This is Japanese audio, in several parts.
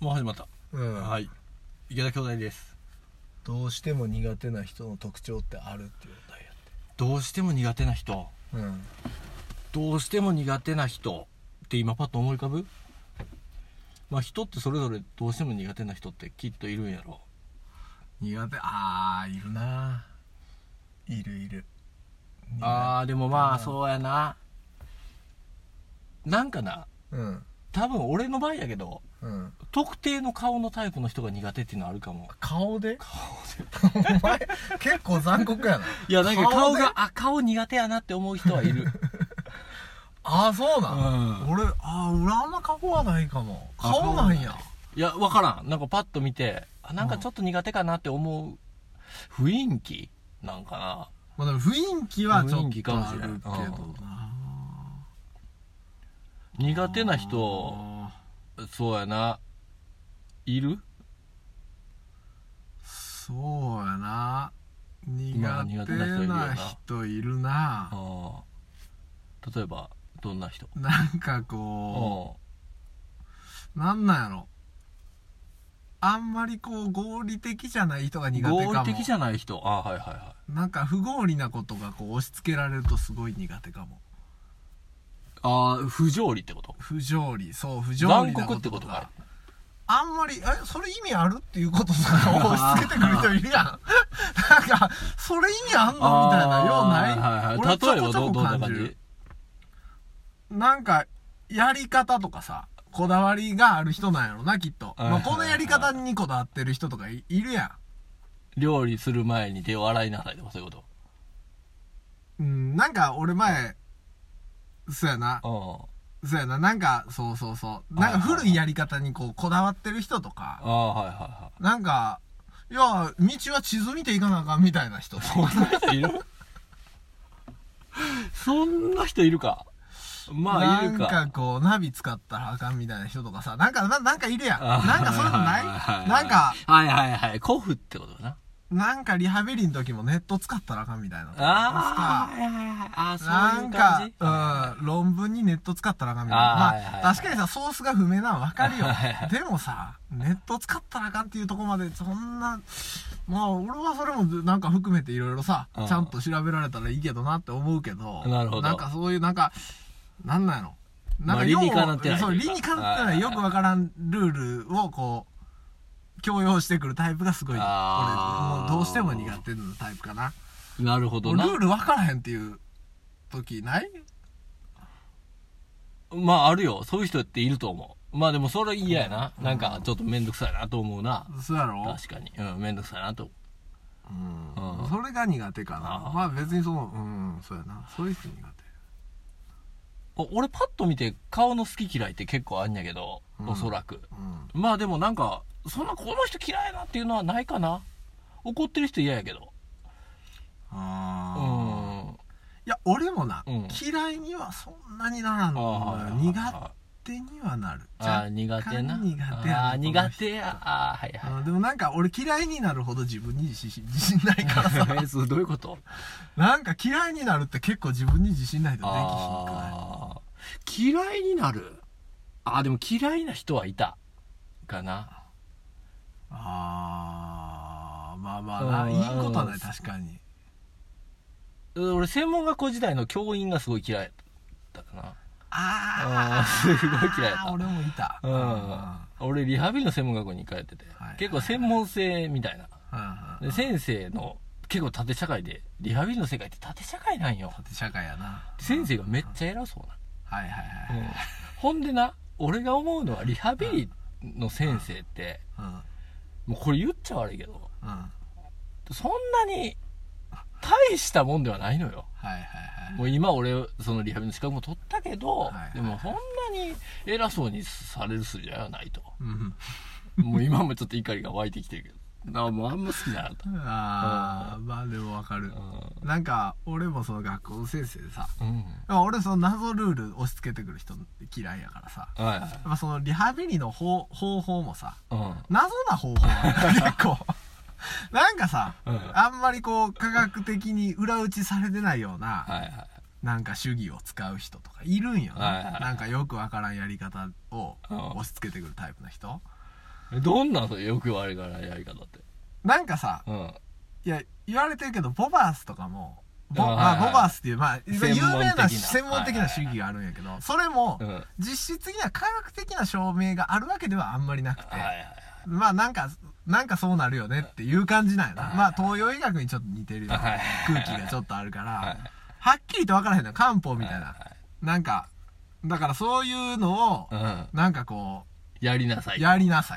もう始まった、うん、はい池田兄弟ですどうしても苦手な人の特徴ってあるっていう問題やどうしても苦手な人うんどうしても苦手な人って今パッと思い浮かぶまあ人ってそれぞれどうしても苦手な人ってきっといるんやろ苦手あーいるないるいるあーでもまあうんそうやななんかなうん多分俺の場合やけどうん特定の顔のタイプの人が苦手っていうのはあるかも顔で顔でお前結構残酷 やないやなんか顔でがあ顔苦手やなって思う人はいるああそうなん、うん俺ああ俺あんま顔はないかもあ顔なんやいやわからんなんかパッと見てあなんかちょっと苦手かなって思う雰囲気なんかなまあでも雰囲気はちょ雰囲っ気とかもあしるれけんどな苦手な人あそうやないるーそうやな今苦苦手な人手いるよなな人いるなあー例えばどんな人なんかうこんう、なんなんやろ。あんまりこう合理的じゃない人が苦手合かも。理的じゃない人あはいはいはなんか不合理なことがこう押し付けられるとすごい苦手かも。いああ不条理ってこと不条理、そう、不条理な残酷こってとこととかか。あんまり、え、それ意味あるっていうこととかを押し付けてくる人いるやん。なんか、それ意味あんのみたいな、ようない。あーはい俺ちはい、例えばょこちどょこどんな感じ感るじ。なんか、やり方とかさ、こだわりがある人なんやろな、きっと。はいはいはまあ、いこのやり方にこだわってる人とかいいるや料理する前に手を洗いなさいとかそういうこん。うん、なんか俺前、そうやな、とそうやな、なんか、そうそうそう。はいなはいんか古いやり方にこう、こだわってる人とかあ、あはいはいはいなんか、いや、道は地図見ていかなあかんみたいな人。そんな人いるそんな人いるか まあいるかなんかこう、ナビ使ったらあかんみたいな人とかさ、なんか、ななんかいるやん。あーなんかそういうのないはいはいはいなんか、はいはいはい古布ってことかななんかリハビリの時もネット使ったらあかんみたいな。ああはいはいはいあーなそういんう感じか、うん、論文にネット使ったらあかんみたいあーな。はいはいまあ、確かにさ、ソースが不明なの分かるよ はいは。でもさ、ネット使ったらあかんっていうとこまで、そんな、まあ、俺はそれもなんか含めていろいろさうん、ちゃんと調べられたらいいけどなって思うけど、なるほどんかそういう、なんか、なんなんやろ。なんまあかよう理にかなってないというそう、か理にかなってないよくわからんルールをこう、強要してくるタイプがすごい、あー俺、もうどうしても苦手なタイプかな。なるほどルなール分からへんっていう時ないまああるよそういう人っていると思うまあでもそれ嫌やななんかちょっと面倒くさいなと思うなそうやろ確かにうん面倒くさいなと思ううんうんそれが苦手かなあーまあ別にそのうんそうやなそういう人苦お俺パッと見て顔の好き嫌いって結構あんやけど、うんおそらく手うんまあでもなんかそんなこの人嫌いなっていうのはないかな怒ってる人嫌やけどうああんいや俺もなうん嫌いにはそんなにならんのよ苦手にはなるあー苦手な若干苦手やなあーこの苦人手やあーはいはいうんでもなんか俺嫌いになるほど自分に自信自信ないから さえそうどういうことなんか嫌いになるって結構自分に自信ないとできひんくないあー嫌いになるあーでも嫌いな人はいたかなああまあまあうなんいいことはない確かにうん俺専門学校時代の教員がすごい嫌いだったかああうんすごい嫌いだった俺もいたなうん俺リハビリの専門学校に通ってて、はい結構専門性みたいなうんで先生の結構縦社会でリハビリの世界って縦社会なんよ縦社会やな先生がめっちゃ偉そうはいはいはな、いうんほんでな俺が思うのはリハビリの先生ってうんもうこれ言っちゃ悪いけどうんはいそんなに大したもんではないのよはいもう今俺そのリハビリの資格も取ったけど、いはいでもそんなに偉そうにされる筋合いはないとはいもう今もちょっと怒りが湧いてきてるけどなもうあんま好きじゃなかったああまあでもわかるなんか俺もその学校の先生でさうん、俺その謎ルール押し付けてくる人嫌いやからさうん、はいはいやっぱそのリハビリの方方法もさうん謎な方法なんだ 結構なんかさ、うんあんまりこう科学的に裏打ちされてないような、はいはいなんか主義を使う人とかいるんよはいはいはな。いなんかよくわからんやり方をうん押し付けてくるタイプの人。どんなんそれよく言われるからやり方ってなんかさうんいや言われてるけどボバースとかもボ,、あーはいまはあ、いボバースっていう、まあ、有専門的な名な専門的な主義があるんやけどそれもうんはい実質的には科学的な証明があるわけではあんまりなくてはいまあなんかなんかそうなるよねっていう感じなんやなはいまあ東洋医学にちょっと似てるようなはい空気がちょっとあるからはいはっきりと分からへんの漢方みたはいないなんかだからそういうのをうんなんかこやりなさういやりなさ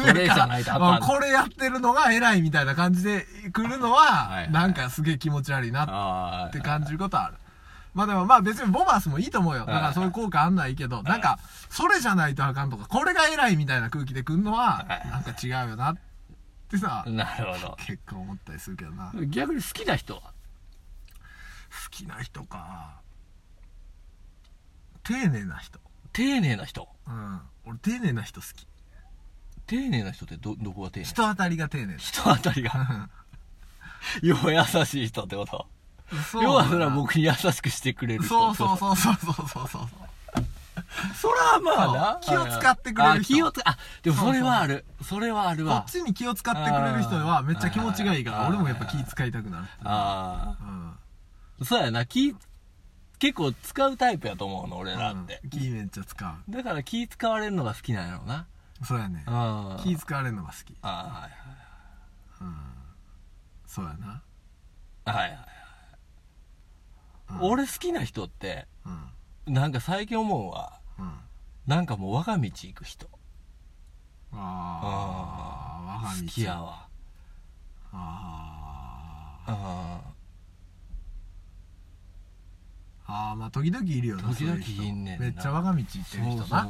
それじゃないとあかんこれやってるのが偉いみたいな感じで来るのはいははいなんかすげえ気持ち悪いなっあって感じることはある。まあでもまあ別にボバースもいいと思うよ。だはいからそういう効果あんのはいいけど、なんか、それじゃないとあかんとか、これが偉いみたいな空気でくんのは、はいなんか違うよなってさあ、なるほ結構思ったりするけどな。好ど逆に好きな人はきな人か。丁寧な人。丁寧な人うん。俺丁寧な人好き。丁寧な人ってどどこが丁寧人当たりが丁寧だ。人当たりがよう優しい人ってことそうだ要なはそれは僕に優しくしてくれる人そうそうそうそうそうそうそう。それはまあなそう気を使ってくれる人あ気をつあでもそれはあるそれはあるこわっちに気を使ってくれる人はめっちゃ気持ちがいいかあーら、俺もやっぱ気使いたくなるっていう。あうん。あそうやな気結構使うタイプやと思うの俺らってうん、気めっちゃ使だから気使われるのが好きなんやろうなうそうやねあ気使われるのが好きあそうやなあはいはいはいはい、うん俺好きな人ってうんなんか最近思うわうんなんかもう我が道行く人ああ我が道好きやわああーあーまあ時々いるよな時々そういう人いんねんなめっちゃ我が道行あってる人そうなそ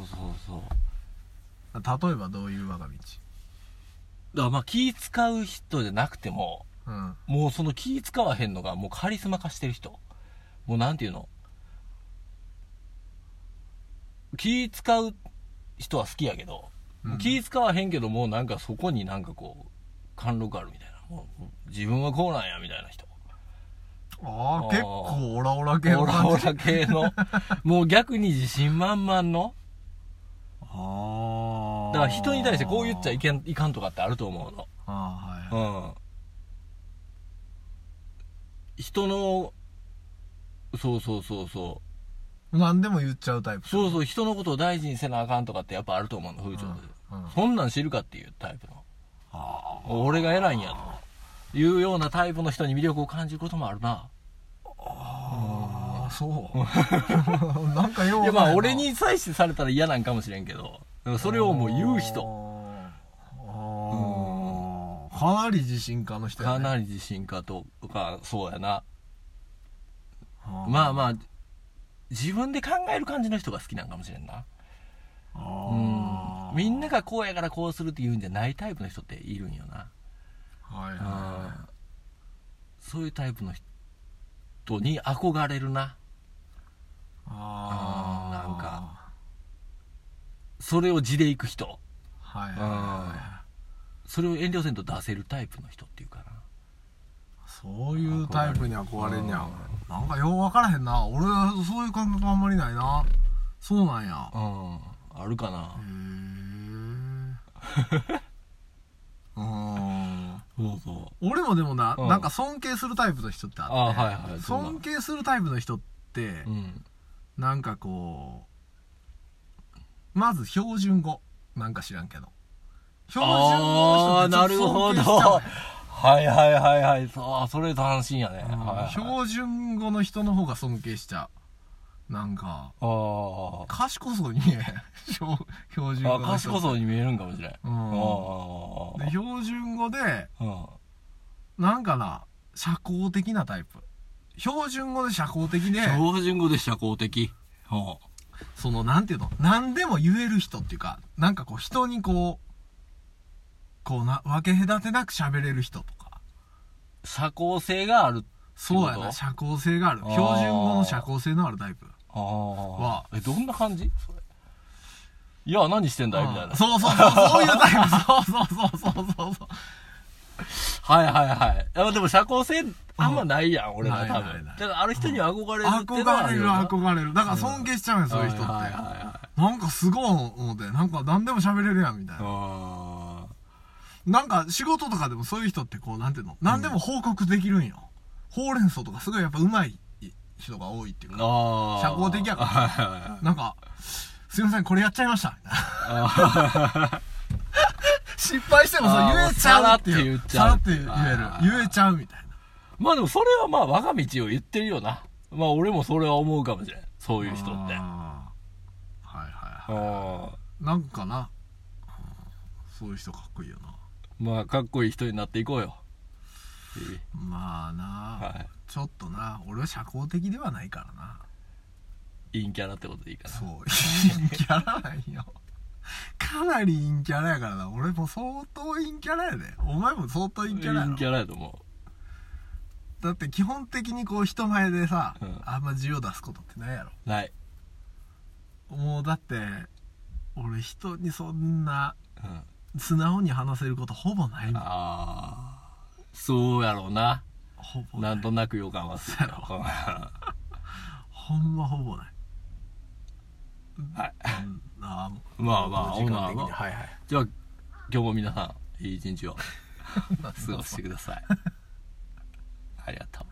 うそう例えばどういう我が道だからまあ気使う人じゃなくてもうんもうその気使わへんのがもうカリスマ化してる人もうなんていうの気使う人は好きやけど、うん気使わへんけどもうなんかそこになんかこう貫禄あるみたいなもう自分はこうなんやみたいな人あああー結構オラオラ系オのラ感オじラ系 のもう逆に自信満々のああだから人に対してこう言っちゃいけんいかんとかってあると思うのあーはういん人のそうそうそうそう何でも言っちゃうタイプそうそう人のことを大事にせなあかんとかってやっぱあると思うの風潮で、うんうんそんなん知るかっていうタイプのあ俺が偉いんやというようなタイプの人に魅力を感じることもあるなあーそうなんかよう いやわからんまあな俺に際してされたら嫌なんかもしれんけどでもそれをもう言う人あーかなり自信家の人かなりり自信家とかそうやなまあまあ自分で考える感じの人が好きなんかもしれんなあみんながこうやからこうするって言うんじゃないタイプの人っているんよな、はいはそういうタイプの人に憧れるないあーなんかそれを地で行く人はいはいあそれを遠慮せんと出せるタイプの人っていうかなそういうタイプに憧れんねや俺なんかよう分からへんな俺はそういう感覚あんまりないなそうなんやうんあるかなへーうーんそうそう俺もでもな、うんなんか尊敬するタイプの人ってあってあはいはいどんな尊敬するタイプの人って、うんなんかこうまず標準語なんか知らんけど標準あ語あーのな人ってるちょっほと尊敬どしちゃうねはいはいはいはいそうあそれ斬新やね、うんはいはい標準語の人の方が尊敬しちゃうなんかああ賢そうに見えへん標標準語あの人賢そうに見えるんかもしれん、うあんあで標準語でうんなんかな社交的なタイプ標準語で社交的で標準語で社交的はそのなんていうの何でも言える人っていうかなんかこう人にこうこうな分け隔てなく喋れる人とかあ社交性があるそうやってこなと社交性があるあー標準語の社交性のあるタイプあはえどんな感じそれいや何してんだいみたいなそうそうそうそういうタ イプそうそうそうそうそうそうはいはいはいいやでも社交性あんまないやん、俺ら多分ないないないだからある人に憧れるっていうのは憧あれよるな憧れるだから尊敬しちゃうよそういう人ってはいはいはいはいなんかすごい思ってなんか何でも喋れるやんみたいなあなんか仕事とかでもそういう人ってこう、なんていうの何でも報告できるんよ。ほうれん草とかすごいやっぱうまい人が多いっていうか、あ社交的やかららなんか、すいません、これやっちゃいました。失敗してもそあーう言えちゃうってもいうさらって言う。っちゃうさらって言える。言えちゃうみたいな。まあでもそれはまあ我が道を言ってるよなまあ俺もそれは思うかもしれんそういう人ってあーはいはいはうんい。なんかな、うんそういう人かっこいいよな。まあかっこいい人になっていこうよいいまあな、はちょっとな、俺は社交的ではないからな。い陰キャラってことでいいかなそう、陰キャラなんよ。かなり陰キャラやからな。俺も相当陰キャラやで。お前も相当陰キャラやろ陰キャラやと思だって基本的にこう人前でさ、うんあんま字を出すことってないやうない、ろ。もうだって、俺人にそんなうん、あ素直に話せることほぼないもん。あーそうやろうなほぼなないんとなく予感はするよはほんまほぼない。いうん、ああ、もまあまあお時間的まあにまあはいはい。じゃあ今日 も皆さんいい一日を過ごしてくださいありがとう